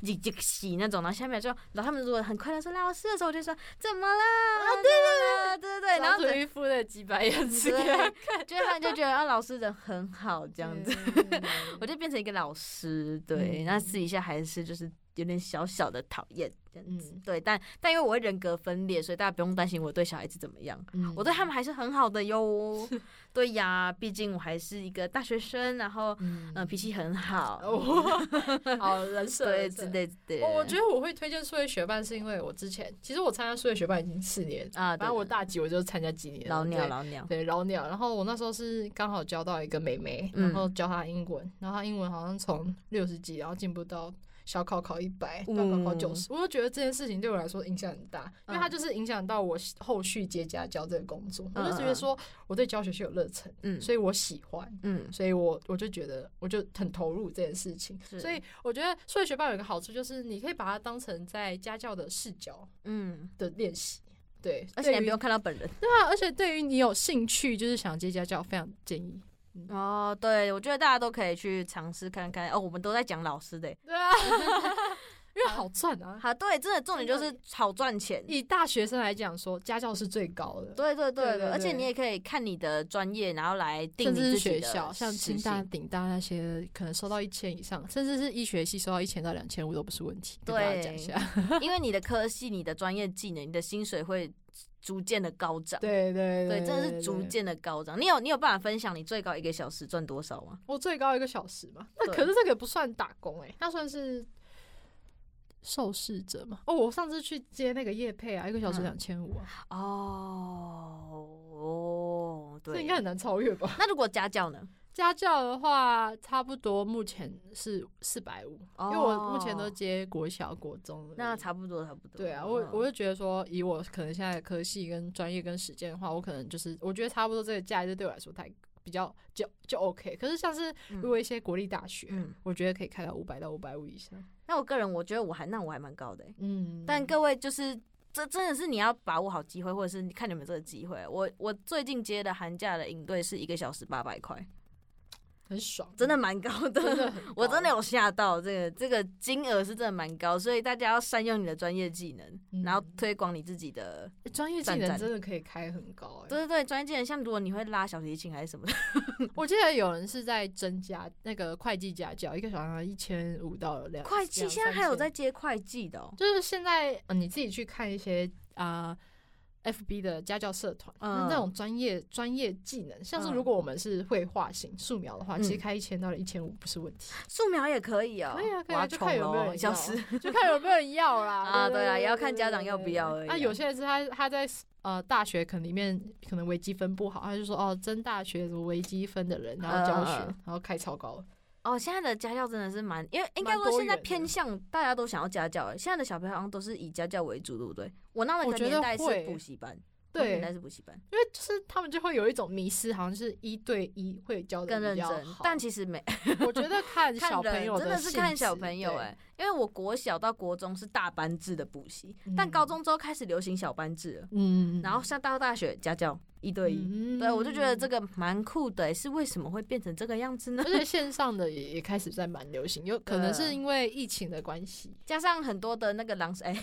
你这个洗那种，然后下一秒就然后他们如果很快乐说老师的时候，我就说怎么啦？
啊
对对对对对，然后
老土一夫的几百样子给他看，
就他们就觉得啊老师人很好这样子，
子，
我就变成一个老师。对，
嗯
那私底下还是就是有点小小的讨厌这样子。
嗯
对，但但因为我会人格分裂，所以大家不用担心我对小孩子怎么样。
嗯
我对他们还是很好的哟。对呀，毕竟我还是一个大学生，然后
嗯
嗯、呃脾气很好，
哦 好人 设
对
人设
之类之类的。哦
我我觉得我会推荐数学学伴，是因为我之前其实我参加数学学伴已经四年，
得啊，
反正我
对
大几我就参加几年
对
了，
老鸟
对
老鸟，
对老鸟。然后我那时候是刚好交到一个妹妹，
嗯
然后教她英文，然后她英文好像从六十几，然后进步到。小考考一百，大考考
嗯
九十，我就觉得这件事情对我来说影响很大，因为它
嗯
就是影响到我后续接家教这个工作，我就觉
嗯嗯嗯
得说我对教学是有热忱，
嗯
所以我喜欢，
嗯，
所以我我就觉得我就很投入这件事情，
是
所以我觉得数学学霸有一个好处就是你可以把它当成在家教的视角
嗯
的练习。对，
而且你
对
还
于
没有看到本人。
对啊，而且对于你有兴趣，就是想接家教，非常建 议。
哦，对，我觉得大家都可以去尝试看看。哦，我们都在讲老师的欸。
对啊，因为好赚啊。
好，对，真的重点就是好赚钱。
以大学生来讲说，家教是最高的，
对对
对
对
对
而且
对
你也可以看你的专业，然后来定
甚
你
至
自
是
己的
学校，像
实
清 大、
习
顶大那些，可能收到一千以上，甚至是医学系收到一千到两千五都不是问题。跟大家讲一下，
因为你的科系、你的专业技能、你的薪水会逐渐的高涨。
对对
对，真的是逐。渐的高涨。你有你有办法分享你最高一个小时赚多少吗？
我最高一个小时嘛，那
对
可是这个也不算打工哎、那算是受试者嘛。哦，我上次去接那个叶配啊，一个小时
嗯
两千五啊，
哦，哦，
这
对，
应该很难超越吧？
那如果家教呢？
家教的话，差不多目前是四百五，因为我目前都
哦
接国小、国中而已。
那差不多，差不多。
对啊，我我
嗯
就觉得说，以我可能现在的科系跟专业跟实践的话，我可能就是我觉得差不多这个价值对我来说太比较就就 OK。可是像是
嗯
如果一些国立大学，
嗯，
我觉得可以开到五百到五百五以上。
那我个人我觉得我还那我还蛮高的欸、
嗯，
但各位就是。这真的是你要把握好机会，或者是你看你们这个机会。我我最近接的寒假的营队是一个小时八百块，
很爽，
真的蛮高的。
真的很
我真的
高
有吓到，这个这个金额是真的蛮高，所以大家要善用你的专业技能，
嗯
然后推广你自己的。
欸专业技
赞
能
赞
真的可以开很高哎、
对对对，专业技能，像如果你会拉小提琴还是 什么的，
我记得有人是在增加那个会计家教，一个小时一千五到两。
会计
两
现在还有，在
三千
接会计的哦。
就是现在、呃你自己去看一些啊。呃 FB 的家教社团，
嗯
那那种专业专业技能，像是
嗯
如果我们是绘画型素描的话，
嗯
其实开一千到一千五不是问题，
素描也可以哦，
可以啊可以啊
我要
就看有
冲
没有
咯
人
一小
要
时。
就看有没有人要啦。
啊对啊
对
也要看家长要不要而已啊
那有些人是他他在呃大学可能里面可能微积分不好，他就说哦真大学什么微积分的人，然后教学，
嗯嗯嗯
然后开超高，
哦，现在的家教真的是蛮，因为应该
蛮
说
多
现在
元的
偏向大家都想要家教、欸，现在的小朋友好像都是以家教为主，对不对？我那
我
个
觉得
年代
会
是补习班，我
对，
年代
因
是补习班
为就是他们就会有一种迷失，好像是一对一会教的
更认
比较
真，
好，
但其实没
我觉得看
看
小朋
人
友
真的是看
性
小
质
朋友
对
哎、因为我国小到国中是大班制的补习，但
嗯
高中之后开始流行小班制了，
嗯，
然后上到大学家教一对一，
嗯
对我就觉得这。个蛮酷的、欸，是为什么会变成这个样子呢
嗯而？且线上的也也开始在蛮流行， 有可能是
对
因为疫情的 关系。
加上很多的那个狼 哎、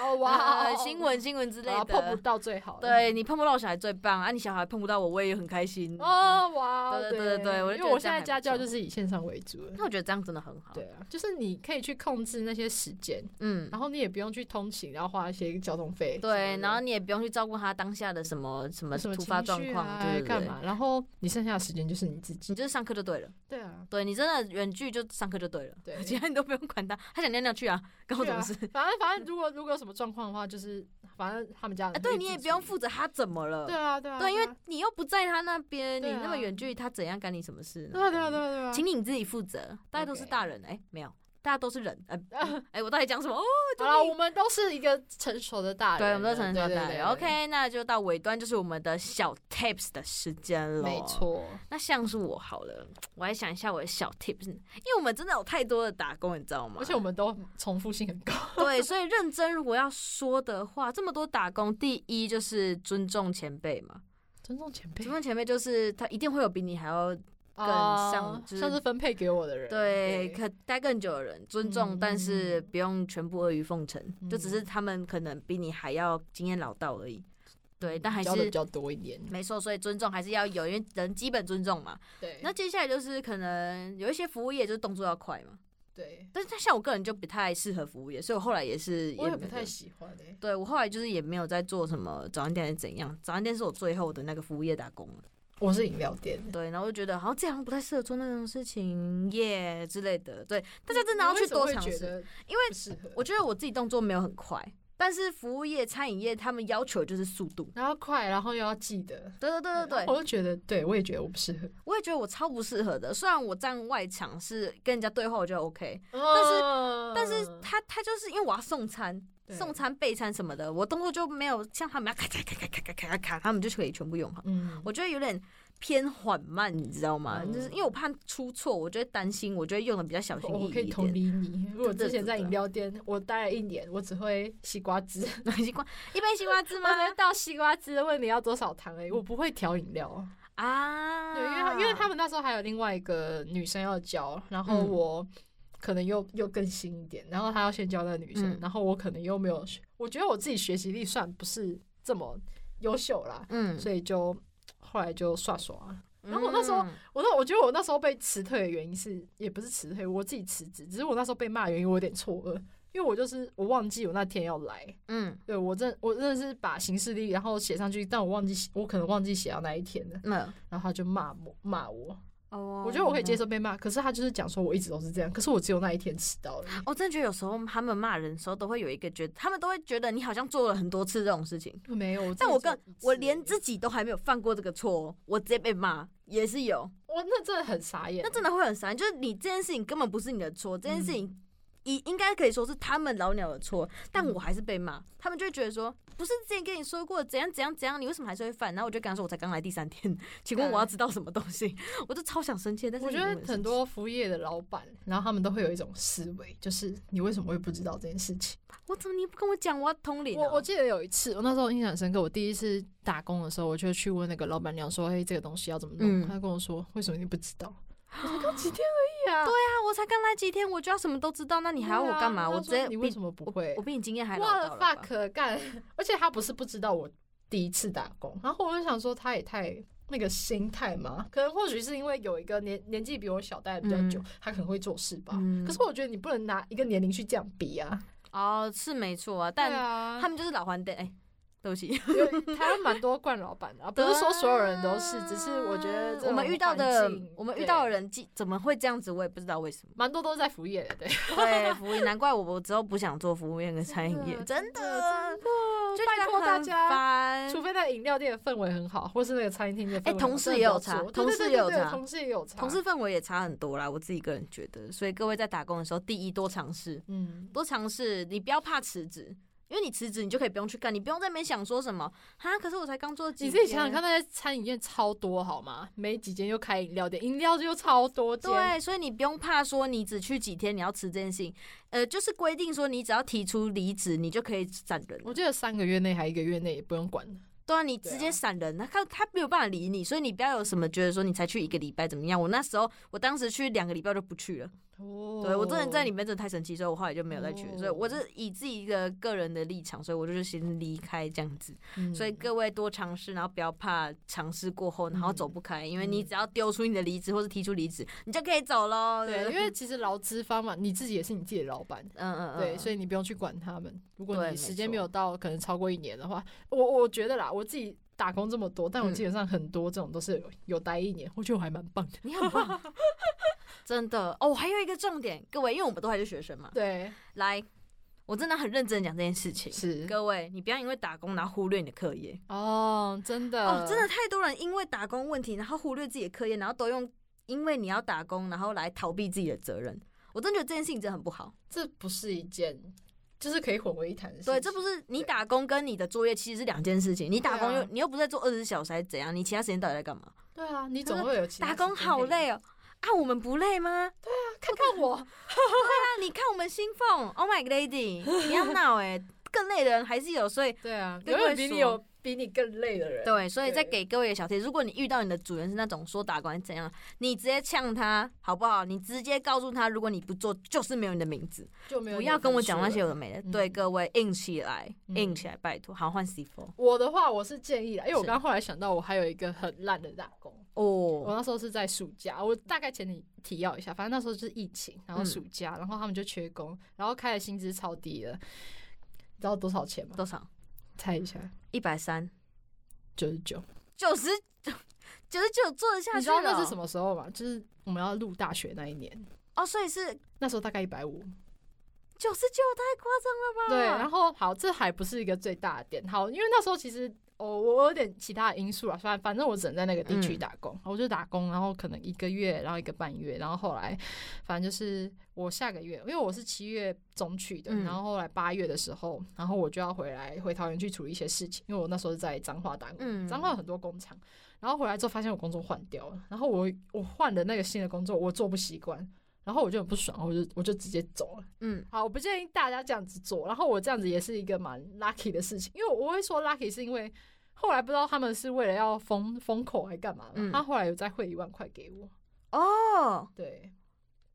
哦
哇，呃啊新闻新闻之类
然后
的，
碰不到最好。
对你碰不到我小孩最棒啊，你小孩碰不到我，我也很开心。
哦哇，
嗯对对对对我就
因
觉
为
得
我
这
现
样
在
还
家
不
教
错
就是以线上为主了
那我觉得这样真的很好。
对，啊，就是你可以去控制那些时间，
嗯，
然后你也不用去通勤，然后花一些交通费什么的。
对，然后你也不用去照顾他当下的什么什么
什么
突发
情
状
绪
况，
啊
对对
干
对，
嘛？然后你剩下的时间就是你自己
你。就是上课就对了。
对啊，
对你真的远距就上课就对了，
对
其他你都不用管他，他想尿尿去啊， 关我
对
什
啊
么事？
反正反正，如果如果有什么状况的话，就是反正他们家人
哎，对
会
你也
自
不用
处
负责他怎么了
理。对。啊，对啊，
对，因为
啊
你又不在他那边，
对
你
啊
那么远距离，他怎样干你什么事呢？
对啊，对啊，对啊，对啊。
请你自己负责，大家都是
OK 啊
大人，哎，没有，大家都是人，哎 哎，我到底讲什么？哦，
好了，我们都是一个成熟的大人
对，
了，
我们都成熟
对对
大
对
人。
对
OK，那就到尾端，就是我们的小 tips 的时间了。
没。错，
那像是我好了，我来想一下我的小 tips，因为我们真的有太多的打工，你知道吗？
而且我们都重复性很高。
对，所以认真如果要说的话，这么多打工，第一就是尊重前辈嘛。
尊重前辈
尊重前辈就是他一定会有比你还要更上
哦
就是
像是分配给我的人，
对可待更久的人尊重，
嗯
但是不用全部阿谀奉承，就只是
嗯
他们可能比你还要经验老道而已。对，但还
教的
是
比较多一点。
没错，所以尊重还是要有，因为人基本尊重嘛。
对，
那接下来就是可能有一些服务业，就是动作要快嘛。
对，
但是像我个人就不太适合服务业，所以我后来也是
我也
没
不
有
太喜欢欸诶。
对我后来就是也没有在做什么早餐店还是怎样，早餐店是我最后的那个服务业打工了。
我是饮料店，
对，然后就觉得好像这样不太适合做那种事情耶、之类的。对，大家真
嗯
的要去多尝试。，
因为适合
我觉得我自己动作没有很快，但是服务业、餐饮业他们要求就是速度。嗯
然后快，然后又要记得。
对对对对对，
我就觉得，对我也觉得我不适合。
我也觉得我超不适合的。虽然我站外场是跟人家对话，我觉得 OK，嗯
但哦
但是他他就是因为我要送餐，
对
送餐、备餐什么的，我动作就没有像他们要咔咔咔咔咔咔咔咔咔，他们就可以全部用好。
嗯，
我觉得有点偏缓慢，你知道吗？
嗯
就是因为我怕出错，我就会担心，哦我就会用的比较小心翼
我
翼
可以
一
同
点。
理你。如果
对
之
对
前
对
在
对
饮料店，我待了一年，我只会西瓜 汁，
西瓜一般西瓜汁
我
吗？
只会倒西瓜汁，问你要多少糖而 已，我不会调饮料。
啊，
对，因为他因为他们那时候还有另外一个女生要教，然后
嗯
我可能又又更新一点，然后他要先教那个女生，
嗯
然后我可能又没有学，我觉得我自己学习力算不是这么优秀啦，
嗯，
所以就后来就刷刷。然后我那时候我那我觉得我那时候被辞退的原因是，也不是辞退，我自己辞职，只是我那时候被骂的原因我有点错愕，因为我就是我忘记我那天要来，
嗯，
对我真我真的是把行事历然后写上去，但我忘记写我可能忘记写到那一天了，
嗯，嗯
然后他就骂我骂我，
哦，
我觉得我可以接。受被骂，可是他就是讲说我一直都是这样，可是我只有那一天迟到了。
我真的觉得有时候他们骂人的时候，都会有一个觉得，他们都会觉得你好像做了很多次这种事情，
没有，
但我
真
更
的只有一次
我连
而已
自己都还没有犯过这个错哦，我直接被骂也是有，
我那真的很傻眼，
那真的会很傻眼。就是你这件事情根本不是你的错，这件
嗯
事情应应该可以说是他们老鸟的错，但
嗯
我还是被骂，他们就会觉得说，不是之前跟你说过怎样怎样怎样，你为什么还是会犯？然后我就跟他说，我才刚来第三天，请问我要知道什么东西？ 我就超想生气，但是
嗯我觉
没有
得
人
很
生气
多服务业的老板，然后他们都会有一种思维，就是你为什么会不知道这件事情？
我怎么你不跟我讲，我要通灵、哦
我我记得有一次，我那时候印象很深刻，我第一次打工的时候，我就去问那个老板娘说：“嘿，哎这个东西要怎么弄？”
嗯
她跟我说：“为什么你不知道？”我才刚几天而已啊！对啊，
啊，我才刚来几天，我就要什么都知道，那你还要我干嘛？
她
我
说
直接
啊你为
比
什么不会
我？比你经验还老
哇
到了吧
fuck 干！而且他不是不知道我第一次打工，然后我就想说他也太那个心态嘛，可能或许是因为有一个年年纪比我小待的比较久，
嗯
他可能会做事吧。
嗯
可是我觉得你不能拿一个年龄去这样比啊，
哦，是没错啊，但
对啊，
他们就是老还灯，哎、对不 起，
有台湾蛮多惯老板的、啊，不是说所有人都是，只是我觉得这种
我们遇到的
环境
我们遇到的。
对。
人既怎么会这样子，我也不知道为什么
蛮多都是在服务业的，对，
对，服务业，难怪我我之后不想做服务业跟餐饮业，真
啊真
的，
真的
就
拜托大家，
家
除非那个饮料店的氛围很好，或是那个餐厅的氛围很好，
哎同事
真的
也有
不要
差
做
同
对对
事
对
也有
对对
差
同事也有差，
同事氛围也差很多啦，我自己个人觉得，所以各位在打工的时候，第一多尝试，
嗯，
多尝试，你不要怕辞职，因为你辞职你就可以不用去干，你不用在那边想说什么哈，可是我才刚做几，
你自己想想看，，那些餐饮店超多好吗？没几间又开饮料店，饮料店又超多间，
对，所以你不用怕说你只去几天你要辞这件事情，呃，就是规定说你只要提出离职，你就可以闪人。
我记得三个月内还一个月内也不用管了，
对啊，你
对
直
啊
接闪人，那他他没有办法理你，所以你不要有什么觉得说你才去一个礼拜怎么样。我那时候我当时去两个礼拜就不去了，
哦
对我真的在里面真的太神奇，所以我后来就没有再去了。所以
哦
我是以自己的个人的立场，所以我就是先离开这样子。
嗯
所以各位多尝试，然后不要怕尝试过后然后
嗯
走不开，因为你只要丢出你的离职或是提出离职，你就可以走喽。
对，因
对，
为其实劳资方嘛，你自己也是你自己的老板。
嗯嗯嗯，
对，所
以
以你不用去管他们。如
对
果
没
你时间
错
没有到，可能超过一年的话，我我觉得啦，我自己打工这么多，但我
嗯
基本上很多这种都是有有待一年，我觉得我还蛮棒的。
你很棒， 真的哦。还有一个重点，各位，因为我们都还是学生嘛，
对，
来，我真的很认真地讲这件事情。
是
各位，你不要因为打工然后忽略你的课业、
哦，真的，
哦，真的太多人因为打工问题，然后忽略自己的课业，然后都用因为你要打工，然后来逃避自己的责任。我真的觉得这件事情真的很不好。
这不是一件，就是可以混为一谈的事情。
对，这不是你打工跟你的作业其实是两件事情。你打工
对啊
又你又不是在做二十小时还是怎样？你其他时间到底在干嘛？
对啊，你
可是
总会有其他
打工
时间
好
可以
累哦。啊，我们不累吗？
啊！看看我，
那你看我们新凤，Oh my lady，不 要闹哎、更累的人还是有，所以
对啊，
跟
永
各位
远比
说
你有比你更累的人。
对，所以再
对
给各位一个小贴，如果你遇到你的主人是那种说打工怎样，你直接呛他好不好？你直接告诉他，如果你不做，就是没有你的名字，
就没有
不
你
要
的
跟
分
我
数
讲那
了
些有的没的。
嗯
对，各位硬起来，
嗯
硬起来，拜托。好，换 C four
我的话，我是建议啦，因为我
是
刚后来想到，我还有一个很烂的打工。我
哦，
那时候是在暑假，我大概前提提要一下，反正那时候就是疫情，然后暑假，然后他们就缺工，然后开的薪资超低了，你知道多少钱吗？
多少？
猜一下，
一百三
九十九。
九十 九十九做得下去、哦，
你知道那是什
么？
么时候吗？就是我们要入大学那一年，
哦，所以是
那时候大概一百五。
九十九，太夸张了吧？啊
对，然后好，这还不是一个最大的点。好，因为那时候其实哦，我有点其他的因素啊，反反正我只能在那个地
嗯
区打工，我就打工，然后可能一个月，然后一个半月，然后后来反正就是我下个月，因为我是七月中去的，
嗯
然后后来八月的时候，然后我就要回来回桃园去处理一些事情，因为我那时候是在彰化打工，
嗯
彰化有很多工厂，然后回来之后发现我工作换掉了，然后我我换的那个新的工作我做不习惯，然后我就很不爽，我就我就直接走了。
嗯
好，我不建议大家这样子做。然后我这样子也是一个蛮 lucky 的事情，因为我会说 lucky 是因为后来不知道他们是为了要封封口还干嘛嘛，
嗯
他后来有再汇一万块给我。
哦，
对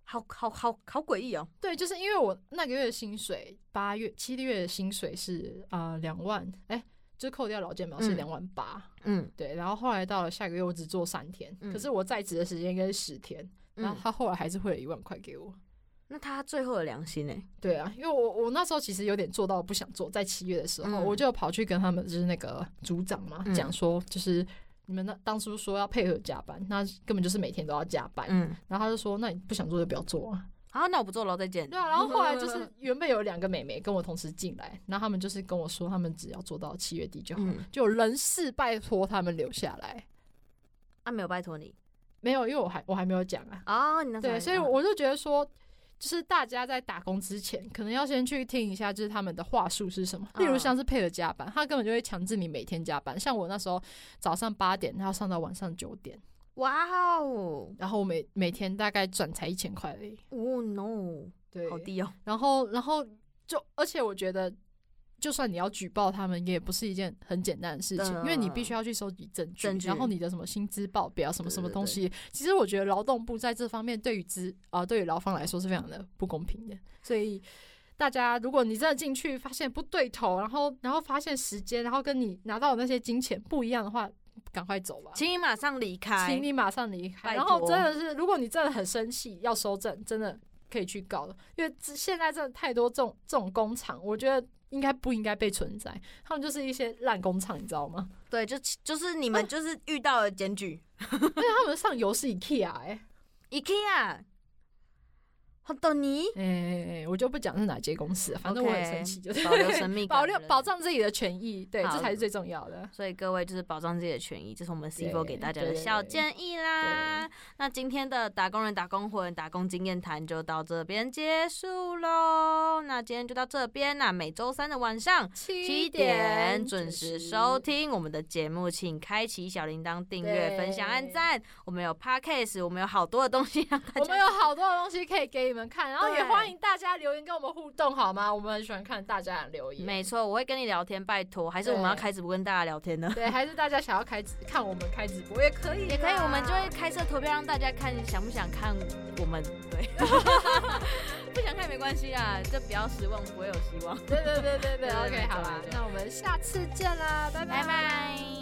好好好好诡异哦，
对，就是因为我那个月的薪水，八月七月的薪水是啊两、2万，哎、就扣掉劳健保是
嗯
两万八、
嗯
对，然后后来到了下个月我只做三天，
嗯
可是我在职的时间应该是十天，然后
嗯，
他后来还是汇了一万块给我。
那他最后的良心呢？
对啊，因为我我那时候其实有点做到不想做，在七月的时候，
嗯
我就跑去跟他们就是那个组长嘛
嗯
讲、说，就是你们那当初说要配合加班，那根本就是每天都要加班。
嗯，
然后他就说，那你不想做就不要做啊。
好，那我不做了，再见。
对啊，然后后来 就是原本有两个妹妹跟我同时进来，然后他们就是跟我说，他们只要做到七月底就好，
嗯，
就有人事拜托他们留下来。
啊，没有拜托你
没有，因为我还我还没有讲啊。
哦，你那时候
对，
还
所以我就觉得说，就是大家在打工之前，可能要先去听一下，就是他们的话术是什么。例如
嗯
像是配合加班，他根本就会强制你每天加班。像我那时候早上八点，然后上到晚上九点，
哇哦，
然后我每每天大概赚才一千块而已。
哦 no，
对
好低哦，
然后然后就，而且我觉得。就算你要举报他们，也不是一件很简单的事情，因为你必须要去收集证
嗯
据，
证据
然后你的什么薪资报表、什么什么
对对
东西。其实我觉得劳动部在这方面对于资啊、对于劳方来说是非常的不公平的，所以。大家，如果你真的进去发现不对头，然后然后发现时间，然后跟你拿到的那些金钱不一样的话，赶快走吧。
请你马上离开
请。你马上离开。
拜
然后
托
真的是，如果你真的很生气要收证，真的可以去告的，因为这现在真的太多这种这种工厂，我觉得应该不应该被存在，他们就是一些烂工厂，你知道吗？
对，就就是你们就是遇到了检举
而且他们上游是 IKEA 哎、
，IKEA，好的 你
哎、我就不讲是哪间公司了，反正我很
OK，
生气，就是
保留神 秘感
保留
对
保障自己的权益，对，
好
这才是最重要的。
所以各位就是保障自己的权益，这是我们 C
对
f o 给大家的
对
小建议啦。那今天的打工人、打工魂、打工经验谈就到这边结束喽。那今天就到这边啦。每周三的晚上七
七
点准时收。听我们的节目，请开启小铃铛、订阅、
对
分享、按赞。我们有 podcast，我们有好多的东西让大
我们
家。
有好多的东西可以给你们看，然后也
对
欢迎大家留言跟我们互动，好吗？我们很喜欢看大家的留言。
没错，我会跟你聊天，拜托。还是我们要
对
开直播跟大家聊天呢？
对，还是大家想要开直看我们开直播也可以啦，
也可以，我们就会开设投票让大家看想不想看我们。对，不想看没关系啦，就不要失望，不会有希望。
对对对对对
对对
，OK，好啦啊
对对，
那我们下次见啦，拜
拜拜。